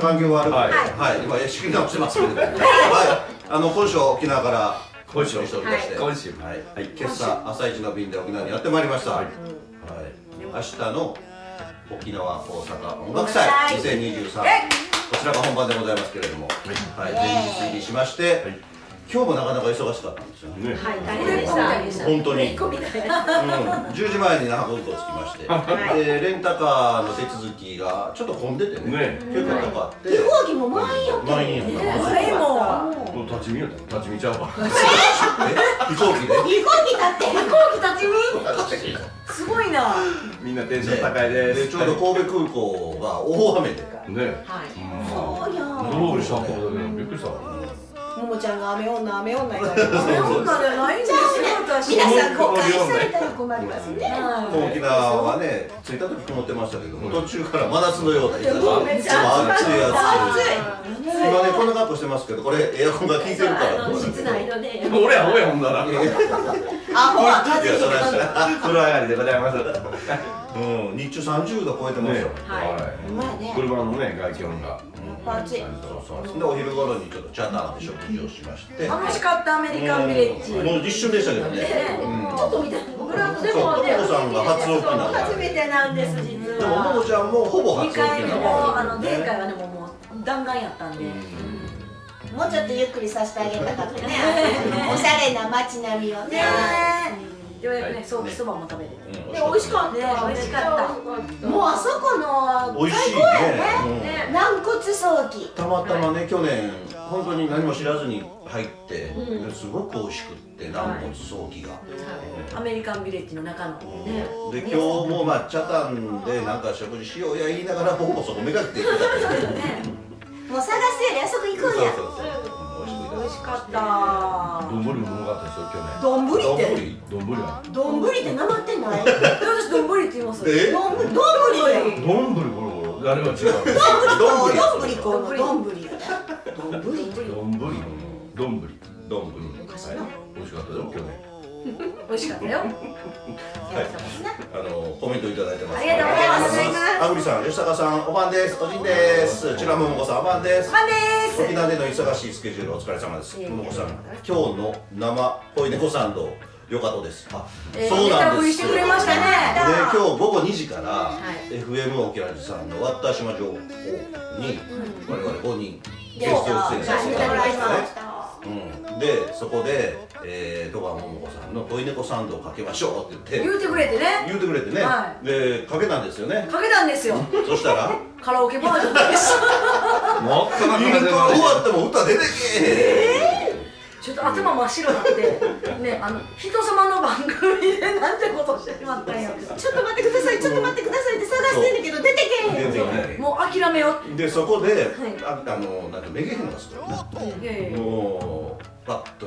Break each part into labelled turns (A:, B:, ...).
A: 環境悪くて
B: はい
A: はい、今仕切り直してますけれどもはい、あの本州沖縄から
B: 今週
A: 一人出して、
B: 今週
A: はい
B: はい
A: 今朝朝一の便で沖縄にやってまいりました、はい明日の沖縄大阪音楽祭2023こちらが本番でございますけれども、はい前日にしまして、今日もなかなか忙しかったんですよね、
B: ね
C: はい、大変でした。
A: 本当に、
C: 込みたいな。
A: 10時前に那覇空港着きまして、
C: はい
A: でレンタカーの手続きがちょっと混んでてね
B: ね
A: 結構高かって、
C: 飛行機も満員やった。
A: 満員やった
C: 満員も。
B: もう立ち見よう
A: 立ち見ちゃうかえ飛行機で
C: 飛行機立って、飛行機立ち見。すごいな。
B: みんなテンション高い
A: で
B: です
A: ちょうど神戸空港が大雨で
B: ね
C: はい。
B: うん
C: そうや
B: ド
C: ん。
B: ロールしたんだけどびっくりしたわ
C: ももちゃんが雨女、雨女言われてます。
A: そうそう
C: じゃないんですよ。私
B: 皆
C: 皆
B: さ
C: さ
B: ん
C: ん
B: 誤
C: 誤
B: 解
C: 解
B: さ
C: さ
B: れ
C: れ
B: た
C: たら困りますね。
A: 沖縄はね着いた時曇ってましたけど途中から真夏のような
C: やもうめっちゃ
A: 暑い暑い暑い
C: 暑い。
A: 今ねこんな格好してますけどこれエアコンが効いてるからこうなってる
C: のね。
B: 俺はおやほんだら
C: アホは風
A: いやそ
C: 邪
A: れ
C: ひいた。
A: は
B: 風呂上がりでございます
A: うん日中30度超えてますよ
C: はいほんまやね
B: 車のね外気温が
C: ぱ暑い
B: そうそう
A: でお昼頃にちょっとチャーターで食事をしまして
C: 楽しかったアメリカンビレッジ。
A: もう一瞬でしたけどねうん
C: ちょっと見たい。僕ら
A: そうトモコさんが初沖縄
C: 初めてなんです実
A: でももも
C: は。
A: ちゃんもほぼ
C: 二
A: 初
C: 回
A: 沖
C: 目もあ
A: 縄
C: の前回はねもうもう弾丸やったんで。
D: もうちょっとゆっくりさせてあげたかったね。 おしゃれな街並みをね。
C: ねえ。ようやくねソーキそばも食べれて。ね
A: うん
C: 美味しかった。美味しかった。
D: もうあそこの
A: 美味しいねうん
D: 軟骨葬儀。
A: たまたまね去年本当に何も知らずに入ってですごく美味しくって軟骨葬儀が
C: アメリカンビレッジの中のね。
A: で今日もまあ茶炭でなんか食事しようや言いながらほぼそこめがけて行ってたからね
D: もう探すよりあそこ行
A: そう
D: くん
A: そう
D: や。
A: そう
C: 美味しかっ
B: どん
C: た。
B: ぶりも重かった
C: 丼
A: 美味しかっ
C: った
A: 丼
B: ですよ去年
C: て。
B: どんぶりは
D: どんぶりってなまってない。
C: 私丼って言います。
A: え
D: どんぶり、どんぶり。
B: どんぶりゴロゴロあれ
D: ど
B: は違
D: んぶり、どん
A: どんぶ
D: ぶ
A: り
D: り、このどんぶりやね。どんぶり。
B: うどんぶりどんぶり
A: 丼
B: はい美味しかったよ去年
C: 美味しかったよ。
A: あのコメントいただいてます
C: ありがとうございます
A: あぐりさん吉高さんおばんですおじんですちらももこさんおばんです
C: まんです。
A: 沖縄での忙しいスケジュールお疲れ様です。
C: いえいえ
A: ももこさん、今日の生恋猫さんと良かったです。あ、
C: えー
A: そうなん
C: ネタ振
A: で
C: り
A: す
C: して
A: よ。
C: くれましたね
A: で、今日午後2時から、
C: い
A: FM 沖縄さんの渡島情報に、我々5人ゲスト出演させていただきましたね。うん、で、そこで、えー、戸川桃子さんの恋猫サンドをかけましょうって言っ
C: 言
A: て
C: うてくれてね
A: 言うてくれてね、
C: は
A: で、かけたんですよ ね。
C: かけたんですよ
A: そしたら、
C: カラオケバー ジョンで
B: もっとな
A: イ
B: ん
A: ベ
B: か
A: ント終わっても歌出てけえへん
C: ちょっと頭真っ白になってねあの人様の番組でなんてことしてしまったんや
D: ちょっと待ってください、ちょっと待ってくださいって探してんだけど、出てけへ
A: 全
D: ん。
A: 然ない
C: もう諦めよう
A: でそこで、ああのなんかめげへんのがすごいな
C: っていやいや
A: もうパッと、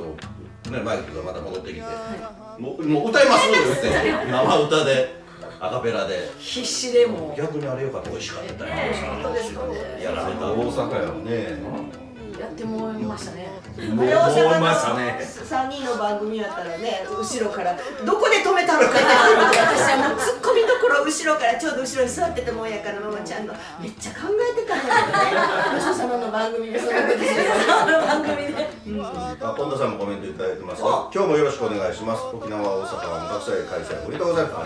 A: ね、マイクがまた戻ってきて「もうもう歌います」って言って生歌でアカペラで
C: 必死でもう
A: 逆にあれよかった美味しかったよ
C: ねえ本当ですか
A: やられた
B: 大阪やもん
A: ねえ
C: やってもらいましたね
B: もう思いましたね
D: 三人の番組やったらね、後ろからどこで止めたのかなって私はもうツッコミどころ後ろからちょうど後ろに座ってたもんやからママちゃんのめっちゃ考えてたんだけど ね。吉野様の番組でそんなことしてた
C: あの番組で
A: あ近田さんもコメントいただいてますが今日もよろしくお願いします沖縄大阪音楽祭開催おめでとうございますあ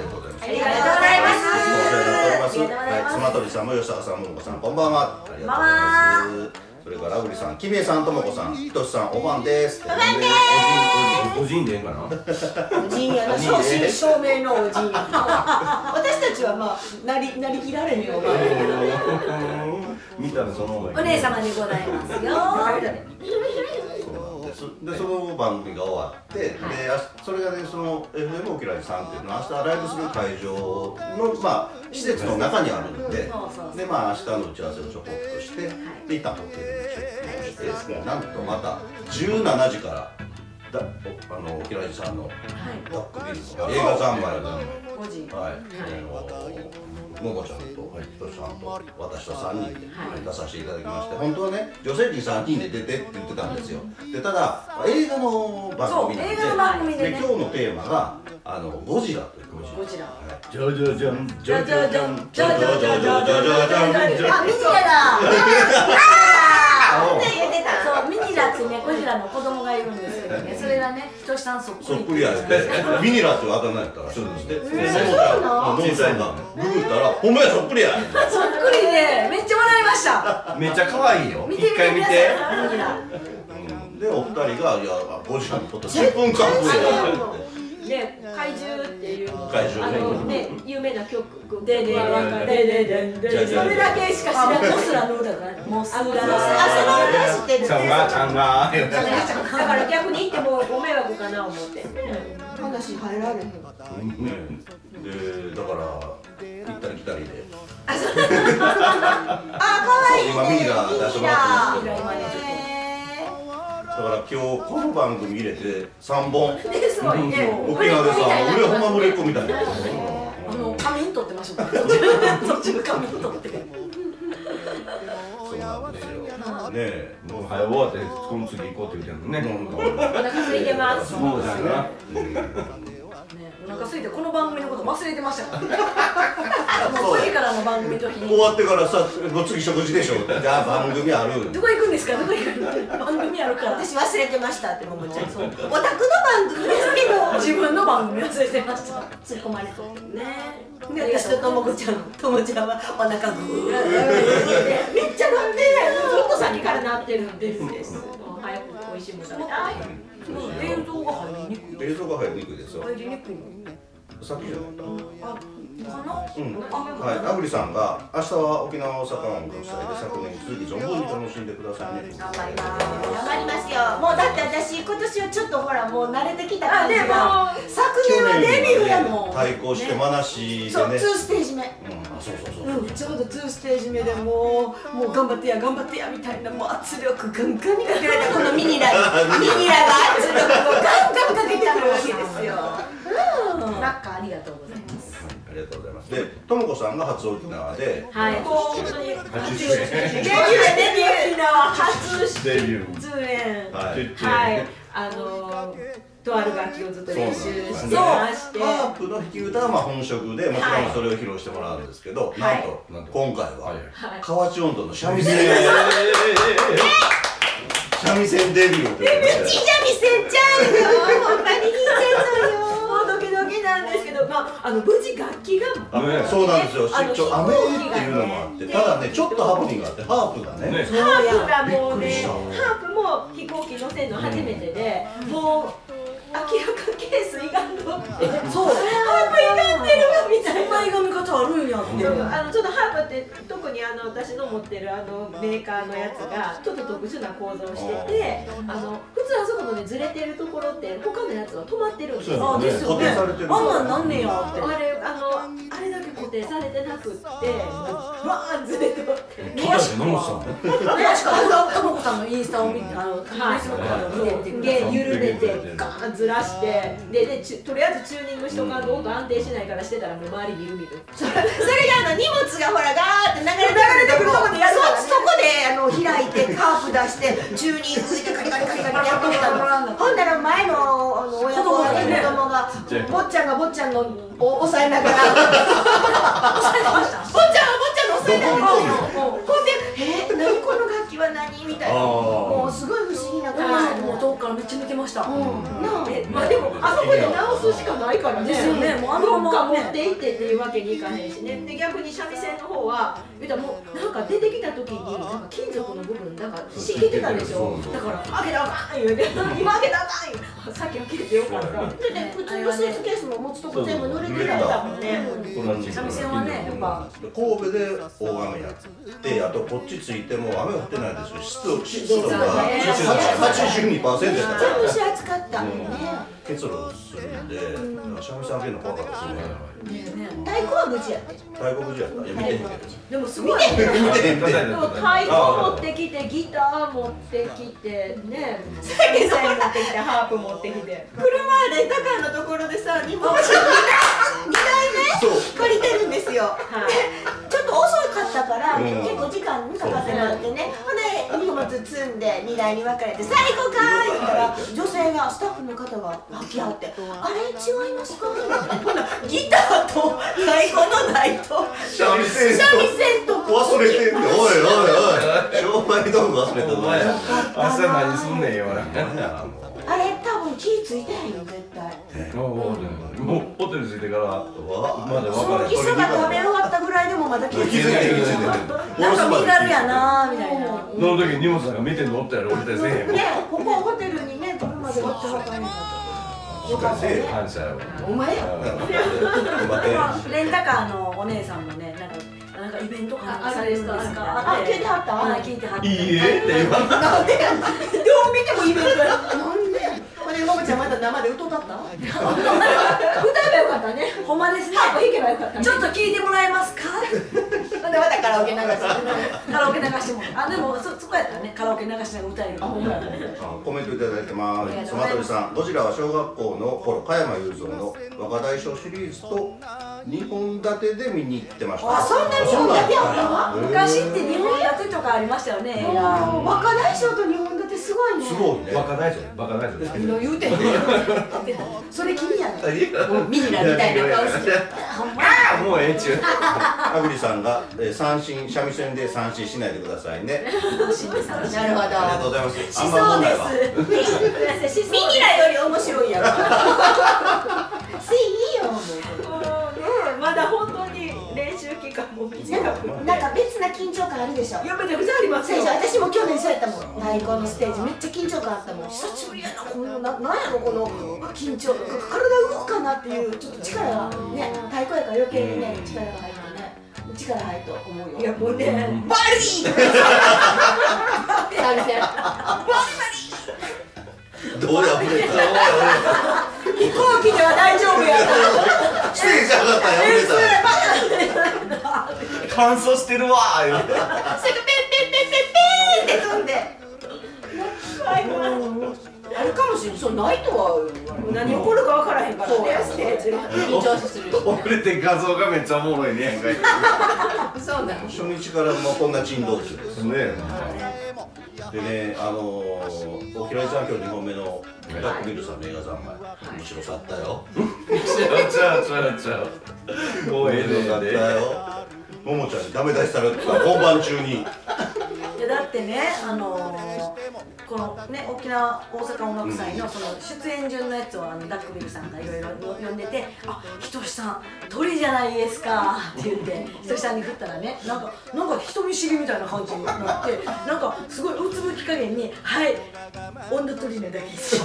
A: りがとうございます
C: あり
A: お世
C: がとうございま
A: 話になっております。
C: ありがとう
A: はい、妻
C: ございます
A: 鳥さんも吉高さんももこさん、こんばんは。ありがとうございます。それからあぐりさん、きみえさん、ともこさん、ひとしさん、おばんです。おばんで
B: おじんでええんかな
D: おじんやな正真正銘のおじんやな私たちはまあなりなりきられへんよお前
B: 見たらその
C: お姉様でございますよ
A: す。で、その番組が終わって、で、あそれがね、その FM 沖縄さんっていうのは、明日アライブする会場の、まあ、施設の中にあるんで、
C: そうそうそう
A: で、まあ、明日の打ち合わせをちょこっとして、で、一旦ホテルに出発して、なんとまた17時から、だおあの沖縄さんの
C: はい
A: バックビルの映画三昧の。
C: 五時
A: はい、あのももちゃんと、ひとしさんと、私と3人で
C: はい
A: 出させていただきまして、本当はね、女性陣3人で出てって言ってたんですよ。で、ただ、映画の番組なんで、
C: そう映画の番組でね
A: 今日のテーマが、あのゴジラというこ
C: ゴジラ
A: はい
B: じゃじゃじゃん
C: じゃじゃじゃんじゃじゃじゃじゃじゃじゃじゃ
D: あ
C: あ
D: ミニラ
B: あ
C: ミニラ
D: ね言ってた
C: だそうミニラってねゴジラの子供がいるんですけどねそれがねひとしさんそっく
A: そっ
C: り
A: くりやでミニラっていうあだ名やったらそうですねノンさんがググったらほんまやそっくりや
C: そっくりでめっちゃ笑いました
B: めっちゃ可愛いよ
C: 見て
B: 一
C: みて
B: 回
C: く
B: 見
C: ださ
B: て
C: いミニラ
A: でお二人がいや5時間にとった10分間ぐらい
E: で怪獣っていう
A: 怪獣
E: あ
A: ね
E: のね有名な曲
C: ででで
E: 僕はわかる
C: でででで
E: それだけしか知
C: あ
E: ら
C: モ
E: ない
C: スラの歌だねモスラの歌
D: あその歌知ってる
B: ちゃんがちゃんが
E: だから逆に言ってもご迷惑かな思って
D: 話入られへん
A: でだから行ったり来たりで
D: あ可愛いね
A: 今ミイラ出してもらってるんですけど
D: ミイラ
A: だから今日この番組入れて3本
C: ですごいね
A: 沖縄でさ俺ほんま売れっ子みたいな
C: あの仮眠取ってましたもん途中途中仮眠 取って
A: そうなんですよねえ
B: もう早終わってこの次行こうって言ってんのね
E: お腹空いてます
B: もうじゃんが
C: ねお腹空いてこの番組のこと忘れてました からもう次からの番組の時に
A: 終わってからさ、もう次食事でしょ。じゃあ番組ある。
C: どこ行くんですかどこ行くんですか番組あるから
D: 私忘れてましたってももちゃんオタクの番組ですけど
C: 自分の番組忘れてました
D: 突っ込まれそう
C: ね
D: で私とともこちゃんともちゃんはお腹グー
E: めっちゃ飲んでずっとさっきからなってるんですですもう早く美味しいもの食べたい
C: 映像が入りにくい
A: 冷蔵庫入りにくいですよ。
C: 入りにくい
A: さっきじゃないかな。
C: あかな
A: うん。
C: あ
A: はい、アグリさんが明日は沖縄大阪音楽祭で昨年に続き存分に楽しんでくださいね。
D: 頑張ります頑張りますよもうだって私今年はちょっとほらもう慣れてきた
C: あ
D: 感じ
C: でも
D: が昨年はデビューやもん、
A: 対抗してまなしでね。
D: そう2ステージ目
A: うん、あ、そうそうそう。
D: うん、ちょうど2ステージ目でもうもう頑張ってや頑張ってやみたいなもう圧力ガンガンにかけられたこのミニラに ミニラが圧力をガンガンかけてくるわけですよ
C: ラッカーありがとうございます
A: ありがとうございます。で、ともこさんが初沖縄で。
C: はい
E: 本当に
B: 80周
D: デ
B: 年
D: ビューデビュー
E: 初
B: デビュー
E: 出演
A: は
B: ち
A: い
B: っ。ちゃ
E: はいいあのとある楽器をずっと練習して
A: そう
E: まして
A: ハープの弾き歌はまあ本職でもちろんそれを披露してもらうんですけど、なんと
B: なんと
A: 今回
B: はい
A: は
E: はい
A: 河内音頭の三味線を三味線デビューということで
D: ちっちゃみせんちゃんよほんまに弾いてんのよ
E: もうドキドキなんですけどまああの無事楽器が
A: あそうなんですよ、
E: あの
A: 出張、雨っていうのもあって、
E: ね
A: ただね、ちょっとハプニングがあって、ハープがね、
B: ね
E: ハープがもう
A: びっくり
E: ね
A: した
E: ハープも飛行機乗せんの初めてで、もう明らかケースいがんどって
C: そう
E: ハープいがんでるわみたい
C: そん
E: な。
C: な歪み方あるんやって
E: あのちょっとハープって特にあの私の持ってるあのメーカーのやつがちょっと特殊な構造をしててあの普通あそこのねずれてるところって他のやつは止まってるんです
A: そうや
E: よ
C: あですよ
A: 固
C: ね
A: 定されてる
C: あんなんなんねやって
E: あれあのあれだけ固定されてなくってバーンずれとって
B: ただで飲むさん
C: ねしかもともこさんのインスタを見てあのフェイスブックとか見てってください
E: で緩めてガーンずらしてででちゅとりあえずチューニングしとかんと音が安定しないからしてたらもう周り見る見る
D: それがあの荷物がほらガーって流れてくるとこ
E: 流れてくるとこでやるからね
D: そそこであの開いてカープ出してチューニングいてカリカリカリカリやってきたのほんだら前のあの親子がね子供が
B: ちっちゃい
D: 坊ちゃんが坊ちゃんのお押さえながら坊ちゃんは坊ちゃんの押さえながらほんで「えー、何この楽器は何?」みたいな
A: あー
D: もうすごい不思議な感
C: あ
D: じ
C: ーもう遠くからめっちゃ見てました、
D: なあ
E: えまあでもあそこで直すしかないからね
C: ですよねもうあ
E: ど
C: のま
E: っか
C: ま
E: 持
C: ね
E: って行ってっていうわけにいかへんしねで逆に三味線の方は言うたらもうなんか出てきた時になんか金属の部分なんかしきってたでしょ
B: そうそう
E: だから開けたらあかん言うて今開けたらあかん言うてさっき開けてよかった
D: でね普通のスーツケースも持つとこ全部濡れてた
E: だ
D: も
E: も
D: ん
E: ん
D: ね
E: ね
C: 三味線はねやっぱ
A: で神戸で大雨やって、あとこっち着いても雨降ってないんですけど、湿度湿度が
C: 湿度
A: 8 82%やったか
D: 全部
A: ら、
D: し暑かったもんね
A: 結露するんで、なんか三味線開けるの怖かったですね。
D: 太鼓は無事やって
A: 外国人やったら、いや、見てへんけど。
E: でもすごいね
A: 見てへん見てへん
E: でも太鼓持ってきてギター持ってきてね三味線持ってきてハープ持ってきて
D: 車レンタカーのところでさ日本
A: そ
D: 酒2
A: う
D: 台目借りてるんですよ
E: はい
D: ちょっと遅かったから、
A: うん
D: 結構時間かかってもらってねほんで日本物積んで荷台に分かれて「最後か!」言ったら女性がスタッフの方が抱き合って「あれ違いますか?」ほなギターと太鼓のないと
A: 三味線
D: 三味線と
A: 忘れてんねんおいおいおい商売道具忘れた
B: お
A: ぞ
B: 前
A: や
B: ら朝何すんねんよな
A: 何やもう
D: あれ多分気付いてへんよ絶対
B: もうホテル着いてからまだ
D: そ
B: 分か
D: の
B: ら
D: キ
B: へん
D: そば食べ終わったぐらいでもまだ気
A: 気づい
D: 付
A: て
D: い
A: る
D: てへん
A: 気づいてる
C: なんか身軽やなみたいな。
B: その時に荷物なんか見て乗ったやろ俺たちせえへんもん
D: ねここホテルにね車で持ってはったんや
A: しっかりせえよ
B: 感謝やわ
C: お前や
A: 待て
C: まあレンタカーのお姉さんもね、なんか、なんかイベントかなんかされるんですか
D: ああ聞いてはった
C: はい、聞いてはった。
B: いいえって言わん
D: なんでやねんどう見てもイベントやなんでやねんこれももちゃんまだ生で歌ったった
E: 歌えばよかったね
C: ほんまですね。
E: 早く弾けばよかったね
C: ちょっと聞いてもらえますか
D: なんでまたカラオケ流して
C: カラオケ流しても。あ、でも、そ、そこやったらね、カラオケ流しながら歌える。
A: あコメントいただいてま
C: ありが
A: す。そう
C: と
A: ま
C: ござい
A: とり
C: ます
A: さん、どちらは小学校の頃、加山雄三の若大将シリーズと二本立てで見に行ってました。
D: あそんな二本立てやった
A: あそうなんだ
C: 昔って日本立てとかありましたよね。
D: もう若大将と日本立てすごいね
A: すごいね。
B: バカ大将バカ大将
D: 何を言うてんのそれ君やね んミニラみたいな顔して
B: ああもうええっちゅう
A: アグリさんが、えー三振三味線で三振しないでくださいね。
D: なるほ
A: ありがとうご
D: ど
A: ざいます。
D: し
A: あんま
D: そう
A: 問
D: で
A: 題は。
D: すミニラより面 白いやろ せいいよもう
E: まだ本当に練習期間も短
D: なん
E: く
D: かなんか別な緊張感あるでしょ
E: いやめちゃくちゃあります
D: 最
E: よ
D: 初私も去年そうやったもん太鼓のステージめっちゃ緊張感あったもん久しぶりやなこのななんやろこの緊張か体動くかなっていうちょっと力がね太鼓やから余計にね力が入ってね力入ると思うよ
E: いやもうね
D: バリー三味線
A: どうやぶれ た。
D: 飛行機では大丈夫やから
A: ステージ上がったら破れた。
B: 乾燥してるわー言うて
D: すぐペンペンペンペンペンって飛んであるかもしれないそうないとは言わない
E: 何起こるか分からへんから
D: そう
E: ね
D: や
E: ステージは
D: 緊張する
B: 遅れて画像がめっちゃおもろいねやんかいね
D: そうなの
A: 初日からまあこんな珍道中です。
B: え
A: でね、あのー、お平井さん今日2本目のダックビルさんの映画三昧面白かったよ
B: ちゃうちゃうちゃうちゃうもうえ
A: 面白かった
B: えで
A: よももちゃんにダメ出しされてた本番中に
C: いやだってね、あのーこのね沖縄大阪音楽祭のその出演順のやつをあのダックビルさんがいろいろ呼んでて「あひとしさん鳥じゃないですか」って言ってひとしさんに振ったらねなんかなんか人見知りみたいな感じになってなんかすごいうつむき加減に「はい女鳥なだけです」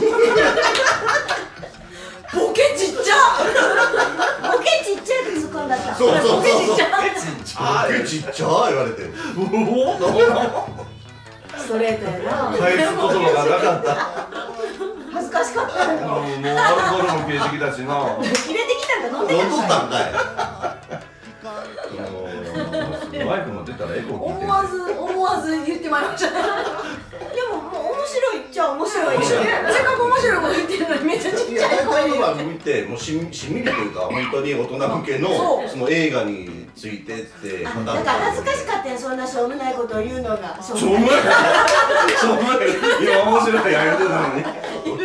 C: ボケちっちゃ
D: ボケちっちゃいって突っ込んだった
A: そうそう
C: ボケ
A: そう
C: ち
A: そ
C: っ
A: う
C: ちゃ
A: あーちっちゃー言われて
B: うおー
C: ストレートやな
B: 返す言葉がなかった
D: 恥ずかしかったよ
B: もうもうアルコールも切れてきたしな
D: 入れてきたんか飲んで
A: 飲んど
D: た
A: っ
D: んか
A: たんかい
B: マイク持ってたらエコー聞いて
C: 思わず思わず言ってまいりました
D: でももう面白いっちゃ面白い
C: せっかく面白いこと言ってるのにめっちゃちっ
A: い
C: ち
A: や
C: ゃい声
A: 大
C: で
A: 体は見てもうしみしみるというか本当に大人向け
C: そう
A: のその映画についてって語
D: だから恥ずかしかったよそんなしょうもないことを言うのがしょう
B: しょうもないしょうもない今面白いやめてたのに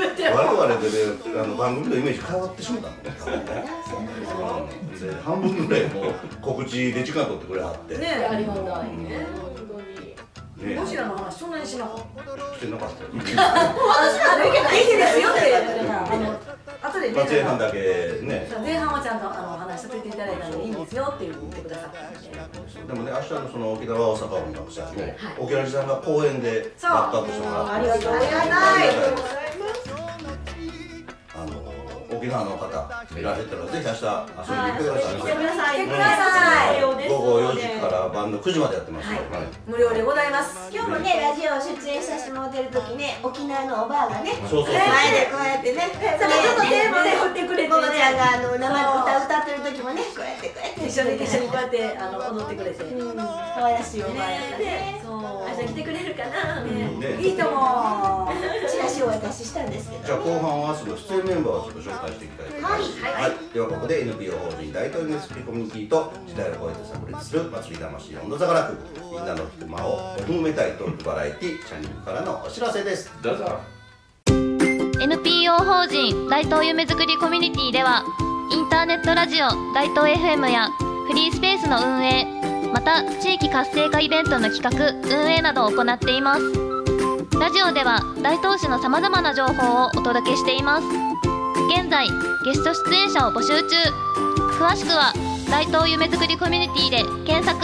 A: 我々でねあの番組のイメージ変わってしまったもんねで半分ぐらいもう告知で時間取ってくれはって
C: ね
A: ね
C: え
E: ありがたいね
C: ゴジラの話そんなにしなかった
A: してなかったよ
C: 私らの意見ないいですよってあの後で
A: まあ前半
C: ね
A: だけね
C: 前半はちゃんとあの話させていただいたのでいいんですよって言ってくださったん
A: で
C: で
A: もね明日のその沖縄大阪音楽祭も沖縄さんが公演で
C: そう
A: バックアップしてもらって
C: ありがとうございます
A: あの沖縄の方いられたらぜひ明日遊びに来てください
C: 来てください来てください
A: ね午後4時から晩の9時までやってますよはい
C: 無料でございます
D: 今日もねラジオ出演させてもらってる時ね沖縄のおばあがね
A: そうそうそう
D: 前でこうやってねそれちょっとテーマで振ってくれてももちゃんがあの生歌歌ってる時もねこうやってこうやって
C: 一緒に一緒にこうやってあの踊ってくれて
D: うん可愛らしいおばあやったね
C: そう
E: 明日来てくれるかな
A: ね
C: いいとも
D: チラシ話を私したんですけど
A: じゃあ後半はその出演メンバーをちょっと紹介していきたいと思います。はい、ではここで NPO 法人大東 NSP コミュニティと時代を超えて炸裂する祭り魂温度差が楽みんなの暇を埋めたいトークバラエティチャンネルからのお知らせです。
B: どうぞ
F: NPO 法人大東夢づくりコミュニティではインターネットラジオ大東 FM やフリースペースの運営また地域活性化イベントの企画運営などを行っていますラジオでは大東市のさまざまな情報をお届けしています現在ゲスト出演者を募集中詳しくは大東夢づくりコミュニティで検索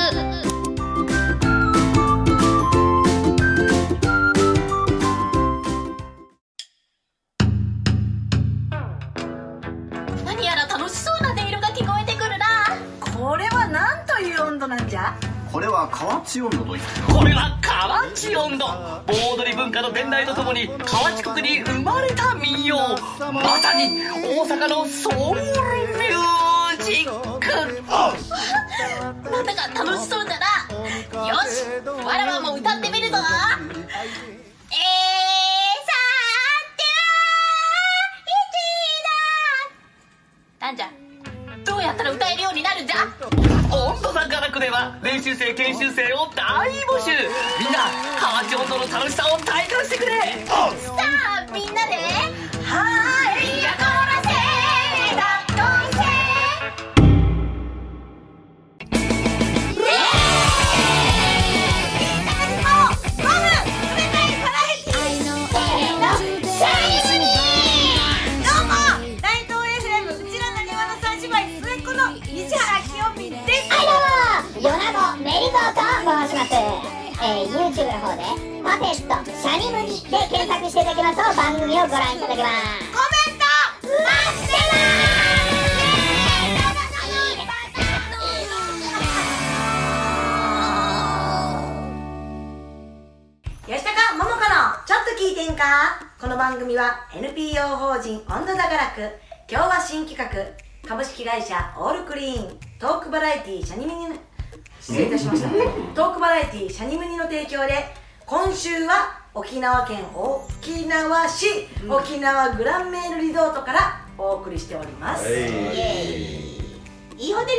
G: 何やら楽しそうな音色が聞こえてくるな
C: これはなんという温度なんじゃ
H: これは河内温度といって
I: これは河内音頭盆踊り文化の伝来とともに河内国に生まれた民謡まさに大阪のソウルミュージック
G: なんだか楽しそうだなよしわらわも歌ってみるぞえーさーてーいちーだなんじゃどうやったら歌えるようになるんじゃ
I: 音頭さんからくれは練習生研修生を大募集みんな河内音頭の楽しさを体感してくれ
G: さあみんなではーいやこらせーだどいせー
J: ヨナのメリゾーと申します、えー、YouTube の方で「パペットシャニムニ」で検索していただきますと番組をご覧いただけますコメント待って
C: 吉高桃子のちょっと聞いてんかこの番組は NPO 法人温度高楽今日は新企画株式会社オールクリーントークバラエティシャニミニの失礼いたしましたトークバラエティシャニムニの提供で今週は沖縄県沖縄市、沖縄グランメールリゾートからお送りしております、
D: いいホテ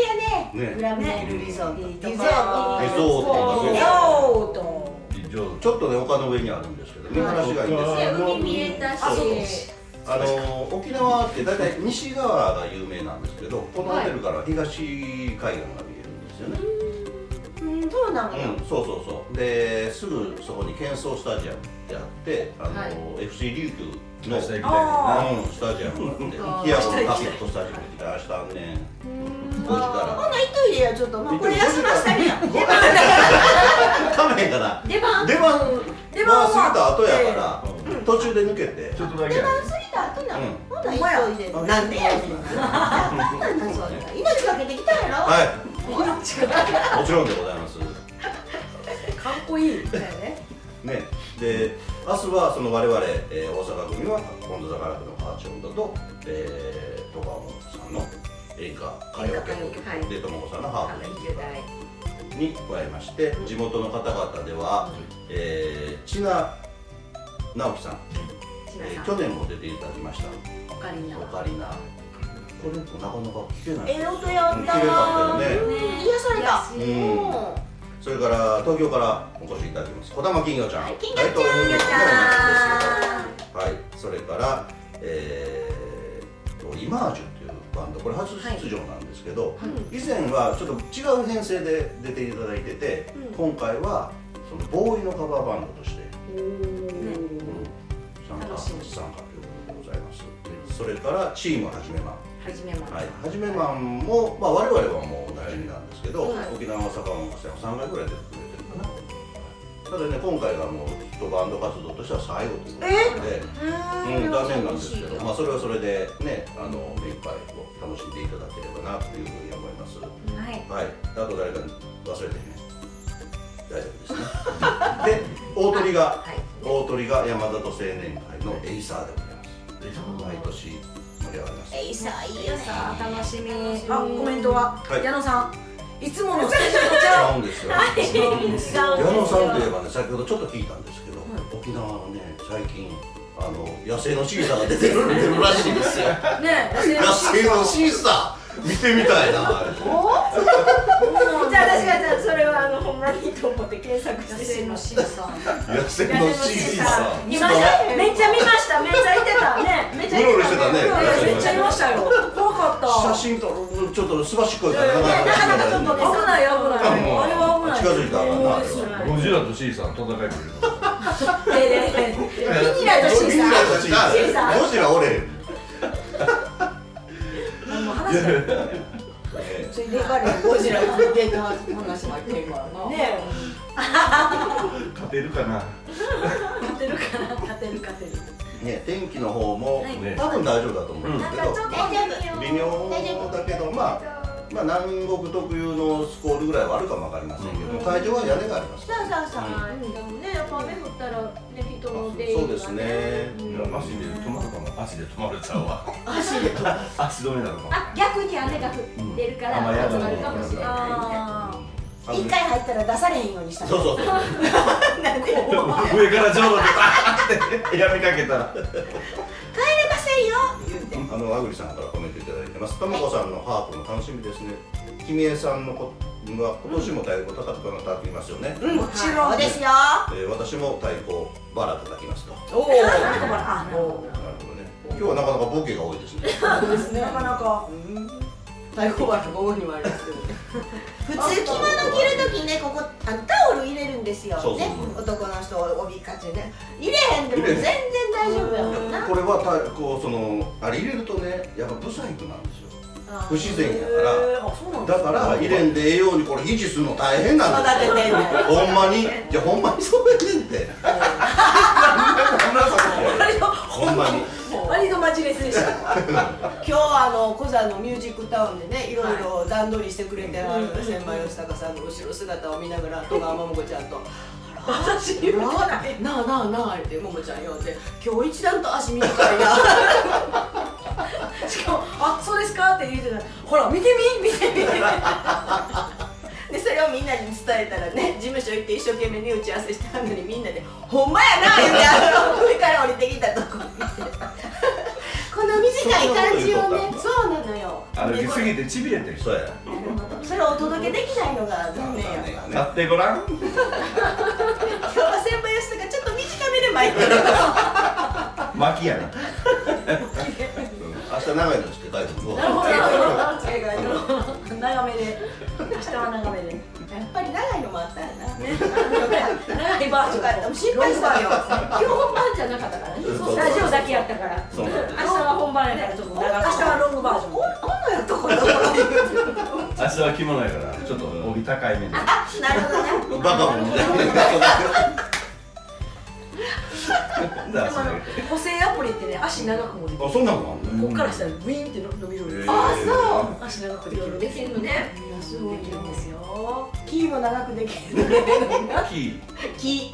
D: ルやね
A: ね
D: グラムネルリゾート
C: いいとこ
D: リゾート
A: リゾート
C: リゾート
A: ちょっとね丘の上にあるんですけど見晴らしがいいんですよ。
E: 海見えたし
A: あそうですあの沖縄って大体西側が有名なんですけどこのホテルから東海岸が見えるんですよね。
D: うんそうなのよ
A: うん、そうそうそうですぐそこに喧騒スタジアムってあってあの、FC 琉球の、うん、ス
C: あ
A: タジアムがあってヒアゴのカピットスタジアムって明日あんねん5時
D: ほ
A: か
D: な急いでやちょっと、まあ、これ休ましたりやん
A: らカメから
E: 出番
A: 出番
C: 出番は
A: は過ぎた後やから、途中で抜けて
B: ちょっとだけやね
D: 過ぎた後な
A: うん
D: ほな急いでなんでやねんなんだそんな命かけてきたんやろ
A: はいもちろんでございます
C: かっこいい
A: ね、で明日はその我々、えー大阪組は本土坂楽のハーチョンドと、えー、戸川本さんの演歌歌謡曲で智子さんのハープに加えまして地元の方々では、えー、千奈直樹さん、えー去年も出ていただきました
C: オカリナ
A: オカリナこれなかなか聞けない
D: ええ音やった
A: 綺麗だ
D: わ
A: ったよね
D: 癒された
A: うんそれから東京からお越しいただきます小玉金魚ちゃん
D: 金魚ちゃん
A: 大東
D: 金魚ちゃ
A: はいそれからえーとイマージュっていうバンドこれ初出場なんですけど、以前はちょっと違う編成で出ていただいてて、今回はそのボーイのカバーバンドとして、うん、参加
C: 楽しみ
A: 参加ということでございますそれからチームはじめまん
C: はじめま
A: はい、はじめマンも、まあ、我々はもうおなじみなんですけど、沖縄大阪音楽祭も3回ぐらい出てくれてるかな、ただね今回がもうきっとバンド活動としては最後ということで、うん、残念なんですけど、まあ、それはそれでねあの目いっぱいを楽しんでいただければなというふうに思います、は
C: はい
A: い、あと誰かに忘れてね大丈夫ですね で大鳥が、大鳥が山里青年会のエイサーでございます毎年盛り上がります
D: えいさいいよさ
C: 楽しみあコメントは、
A: はい
C: 矢野さんいつものスタジオと
A: 違うんですよ
C: 違う違う
A: 矢野さんといえばね先ほどちょっと聞いたんですけど、沖縄のね最近あの野生のシーサーが出てる出てるらしいですよ
C: ねえ
A: 野生のシーサー見てみたいなあれ
E: じゃあ私がじゃあそれはあのほんまにいいと思って検索して
C: 生のシーサー
A: 野生のシーサー
C: いましためっちゃ見ましためっちゃいてたねめっちゃい
A: う
C: てたね
A: ろうろしてたね
C: いやめっちゃいましたよ怖かった
A: 写真とちょっとすばしっこいからなかなか
E: なかちょっと
C: 危ない危ないあれは危ない
A: 近づいたからなあれは
B: ゴジラとシーさん戦い見る
C: ええミニラとシーサー
A: ゴジラおれへん
C: もう話したね
D: ついで彼にゴジラの出た話もあってるからな
C: え
B: 勝てるかな
C: 勝てるかな勝てる勝てる
A: ね天気の方も
C: はい
A: 多分大丈夫だと思うんですけど
J: 大丈夫
A: 微妙だけどまあまあ南国特有のスコールぐらいはあるかもわかりませんけど会場は屋根があります
E: そうそうそう、でもねやっぱ雨降ったらね人の出入りが
A: そうですね
B: いやマジで止まるかも足で止まれちゃうわ足で足止めなのかも
E: あ逆に雨が降ってるから
B: うん
E: 集まるかもしれない
C: あ
A: あの
D: 一回入ったら出されへんようにした
A: そうそうそう
B: 上から上手でバーってやみかけたら
A: あの、あぐりさんからコメントいただいてます。ともこさんのハープも楽しみですね。きみえさんのこ、は今年も太鼓叩くの叩きますよね。
D: うんもちろんですよ
A: えー私も太鼓バラ叩きますと。なる
D: おお
C: あ
D: お
A: ほどね。今日はなかなかボケが多いですね。
D: そうですね
C: なかなか
D: 太鼓判の午後にもありますけどね普通着物着るときねここあのタオル入れるんですよ
A: そうそう
D: ね男の人帯かちね入れへんでも
A: 入れへ
D: 全
A: ん
D: 然大丈夫やもんな
A: これは太鼓、その、あれ入れるとね、やっぱ不細工なんですよ。不自然やから。
C: あそうなんだ
A: だから入れんでええようにこれ維持するの大変なんですよ
D: 育ててんねん
A: ほんまにいやほんまにそうやねんってほんまに
C: 割とマジレスでした
D: 今日あのコザのミュージックタウンでねいろいろ段取りしてくれてはる千枚吉高さんの後ろ姿を見ながら戸川桃子ちゃんと「私言うなあなあなあなあ」って桃ちゃん呼んで「今日一段と足短いな」
C: しかも「あそうですか?」って言うてたらほら見てみ見てみ
D: でそれをみんなに伝えたらね事務所行って一生懸命に打ち合わせしたのにみんなで「ほんまやな」言ってあの上から降りてきたとこ見てこの短い感じをねそうなのよ
B: 歩きすぎてちびれてる
A: そうや
D: それをお届けできないのが残念や
A: ね
B: 立ってごらん
D: 今日は先輩吉高ちょっと短めで巻いてる
B: 巻きやな
A: 明日長いのして帰ってくる
C: なるほど長めで明日は長めで
D: やっぱり長いのもあったよな
C: 長いバージ
D: よ
C: ョ
D: か
C: ン
D: った
C: と
D: もう心配したよ
E: 今日本番じゃなかったからね
A: そうそう
E: ラジオだけやったから
A: そう
E: 明日は本番やからちょっと
C: 明日
E: 長く
C: はロングバージョン
D: 女やったこの頃
B: 明日は着物やからちょっと帯高いめで
D: なるほどね
A: バカもんみたいな
B: だからそれ
C: 補正アプリってね足長くもできる
A: あそんなもんあんの
C: こっからしたらウィーンって伸びるよね
A: あそ
C: 足長くできる
E: できるのね
C: すごいんですよ
D: キーも長くできる
B: キー
D: 気気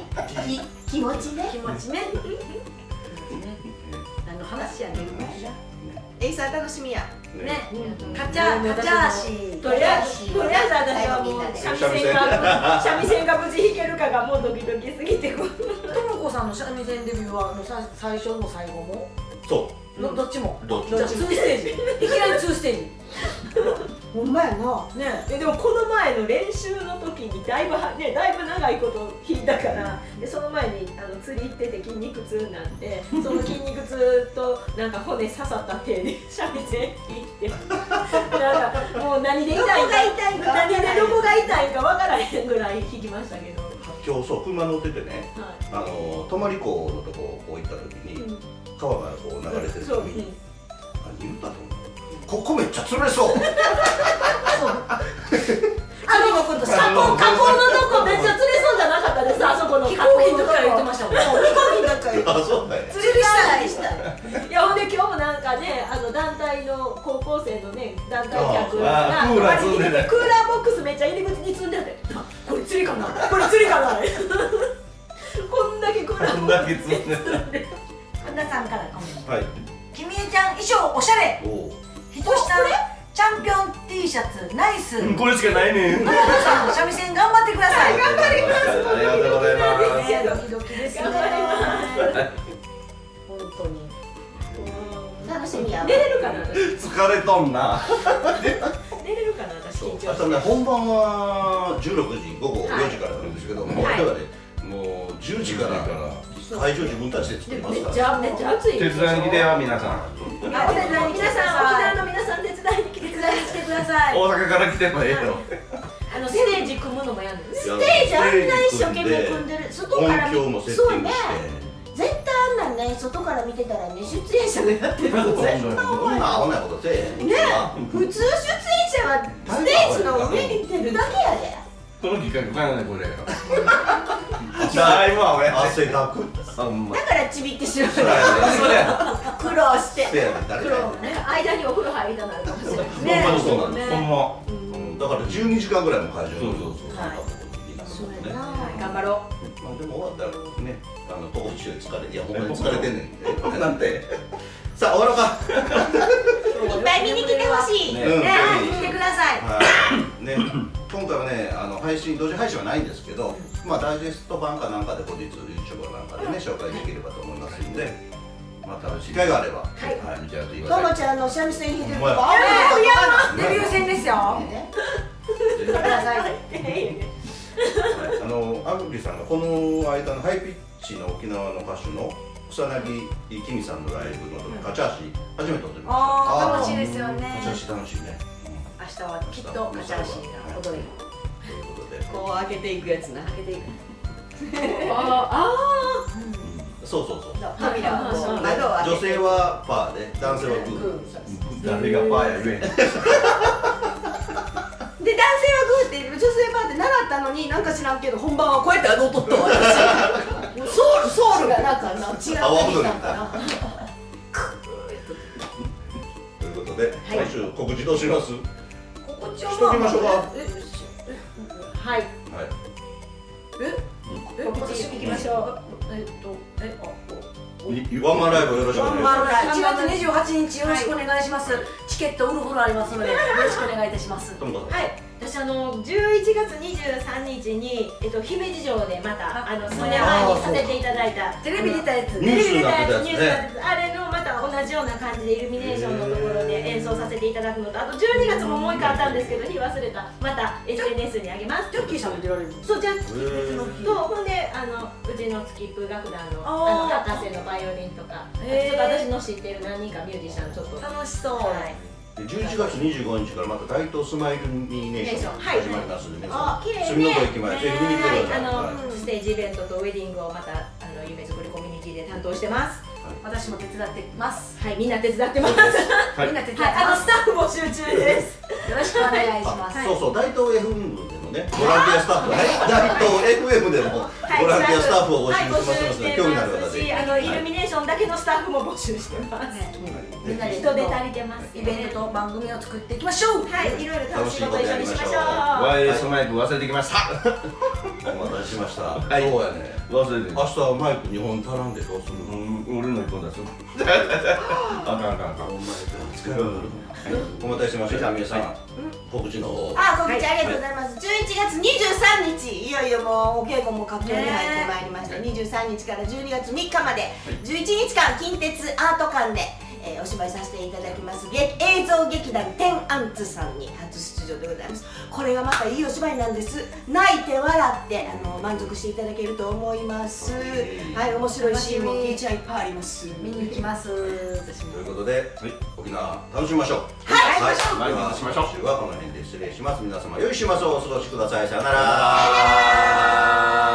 D: 気持ちね
C: 気持ちねあの話やね
D: エイサー楽しみや
A: う
C: ねカチャカチャ足
E: とりあえずとりあえず私はもう三味線が三味線が無事弾けるかがもうドキドキすぎてこう
C: ともこさんの三味線デビューはあのさ最初も最後も
A: そ
C: どどっちも
A: うどっち
C: じゃあ2ステージいきなり2ステージ
D: ほんまやな
C: ね
E: えでもこの前の練習の時にだいぶはねだいぶ長いこと弾いたからでその前にあの釣り行ってて筋肉痛になって その筋肉痛となんか骨刺さった手で 三味線 弾いてなんかもう何で痛いか
D: どこが痛いか
E: 何でどこが痛いか分からへんぐらい弾きましたけど、は
A: 今日そう車乗っててね
E: い
A: あの泊まり港のとここう行った時に
E: うん
A: 川がこう流れてる
E: そう
A: 時に何言ったと思うここめっちゃ釣れそう
E: あでもこの加工加工のとこめっちゃ釣れそうじゃなかったですあそこの
C: 飛
E: 加
C: 行機の
E: 工の
C: 時か
E: と
C: ら言っ
E: こ
C: てましたもん
D: 飛行機なんか
A: あそうだよ
D: 釣りしたいしたい
E: いやほんで今日もなんかねあの団体の高校生のね団体客
B: ああクーラー積んでた
E: クーラーボックスめっちゃ入り口に積んでてあこれ釣りかな これ釣りかなこんだけクーラ
B: こ
E: ー
B: ん
E: ボッ
B: だけ積んでた
C: 神田さんからコメント
A: はい
C: きみえちゃん衣装おしゃれ
A: おお
C: ひとしさんチャンピオン T シャツナイス
B: うん
C: と
B: これしかないねん
C: もこさん三味線頑張ってください
B: 頑張りますありがとうございます
C: ねドキドキですね。
E: 頑張
C: こん
D: 当に
E: 楽
D: しみやわ
E: 寝れるかな私
A: 疲れとんな
E: 寝れるかな私緊張
A: あとね本番は16時午後4時からなんですけども、
E: は
A: 我
E: い
A: 々もう10時から会場自分たちで作ります
E: め
A: から
E: っちゃめっちゃ暑い
B: 手伝いに来てよ皆さん
E: あ手伝いに来て皆さん沖縄の皆さん手伝いに来て
C: 手伝いに来てください
B: 大阪から来てもええよ
C: あのステージ組むのもやるんです
A: いや
D: ステージあんな一生懸命組んでる外から
A: 音
D: 見
A: 響もセッティングして
D: そうね絶対あんなんね外から見てたらね出演者がやってるの絶対
A: こんなアホなことせえへん
D: ね
A: ま
D: 普通出演者はステージの上に出るだけやで
B: この企画かなりこれ
A: あ
B: だいぶは俺
A: 汗だくさんま
D: だからちびってしまう
A: そうやねそうや
D: 苦労して
A: そうやね誰
E: 苦
A: か
E: 労ね間にお風呂入りたなるかもしれない
A: ほんまにそうなんです
B: ほんま
A: うんだから12時間ぐらいの会場
B: そう
A: そうそう
D: そうや
A: ね
D: な
E: 頑張ろう
A: まあでも終わったらねあの途中で疲れいやほんまに疲れてんねんえなん てさあ終わろうか
D: いっぱい見に来てほしい
A: ね
D: ね
A: うん
D: 来てください
A: はい、 ね、今回はね、あの配信同時配信はないんですけど、まあダイジェスト版かなんかで後日 YouTube なんかでね紹介できればと思いますんで、また機会があれば、はい、見ちゃうといい
D: と
A: わ
D: も
A: ね。
D: ちゃんの三味線弾いてるとこ
A: ほんま
D: ある
C: デビュー戦ですよ
D: 見てください
A: はいあのアグリさんがこの間のハイピッチの沖縄の歌手の草薙きみさんのライブの時、カチャーシ初めて撮ってみました。
C: あー楽しいですよ
A: カ
C: ね
A: チャーシ楽しいね。
C: 明日はきっとカチャーシーが踊り
A: ということで。
D: こう開けていくやつな
C: 開けていく
A: そうそうそう。
D: 扉をこう窓を開け
A: 女性はパーで、男性はグー。
B: 誰がパーや言えへ
D: で男性はグーって女性バーって習ったのになんか知らんけど本番はこうやってあの音と私ソウルソウルがなんかな違う
A: 阿波踊りみたいな。ということで、最終告知どうします。
C: 心地
A: しときましょうか。は
E: はい
A: い。
E: え告知行きましょうえっとえ
A: ワンマンライブよろしくお
C: ワ
A: 願
C: ンマ
A: い
C: ンライブ1月28日よろしくお願いします、チケット売るほどありますのでよろしくお願いいたします
A: ともこさ
E: はい、私あの11月23日に、えっと、姫路城でまたあの数年前にさせていただいた
C: テレビ出たやつ
A: ニュースになってたやつね
E: ニュースになってたあれのまた同じような感じでイルミネーションのところで演奏させていただくのとあと12月ももう一回あったんですけど日忘れたまた SNS にあげます
C: ジョッキーさんも出られる
E: そうじゃあ
A: ん。
E: とほんであのうちのスキップ楽団の
C: あ
E: あ
C: ー
E: の博士のバイオリンとか
C: へー
E: ちょっと私の知ってる何人かミュージシャンちょっと
C: 楽しそう、
E: はい
A: 十一月二十五日からまた大東スマイルミネーション
E: はい
A: 始まりますので、皆さ
E: あ綺麗
A: ん。
E: ね
A: 住の駅前、ぜひ見に来て
E: はい
A: ください。
E: あの、
A: はい
E: ステージイベントとウェディングをまたあの夢作りコミュニティで担当してます。
C: 私も手伝ってます
E: はい、みんな手伝ってます。は
B: はい
C: みんな手伝って
E: い、あの
C: ま
E: スタッフ募集中です。
C: すよろしくお願いします
A: そうそう、大東 FM でもね、ボランティアスタッフ、はい、大東 FM でもボランティアスタッフを募集してますので、興味のある方ぜ
E: はい募集してますし、
A: ひ。
E: あのイルミネーションだけのスタッフも募集してます。
C: みんなで
E: 人手足りてます。
C: イベントと番組を作っていきましょう
E: はい、いろいろ楽しいこと一緒にしましょ
B: ん
E: う。
A: 楽
B: ワイヤレスマイク忘れてきました
A: お待たせしました。
B: い
A: そうやね。
B: 忘れて
A: 明日はマイク日本足らんでどうするの？
B: うん俺の一 本出すあかんあかんあかん
A: お前使えるお待たせしました皆さん告知の方を
D: あ、告知ありがとうございます。11月23日、いよいよもうお稽古も活況に入ってまいりました。23日から12月3日まで、11日間、近鉄アート館で、えーお芝居させていただきます。げ映像劇団天アンツさんに初出場でございます。これがまたいいお芝居なんです。泣いて笑って、あの満足していただけると思います。はい、面白いシーンもフィーチャーいっぱいあります。
C: 見に行きます私
A: とい
C: も
A: うことで、沖縄楽しみましょう
D: はい
A: はい、では
B: 楽しみましょう
A: 今週はこの辺で失礼します皆様良い週末をお過ごしくださいさよなら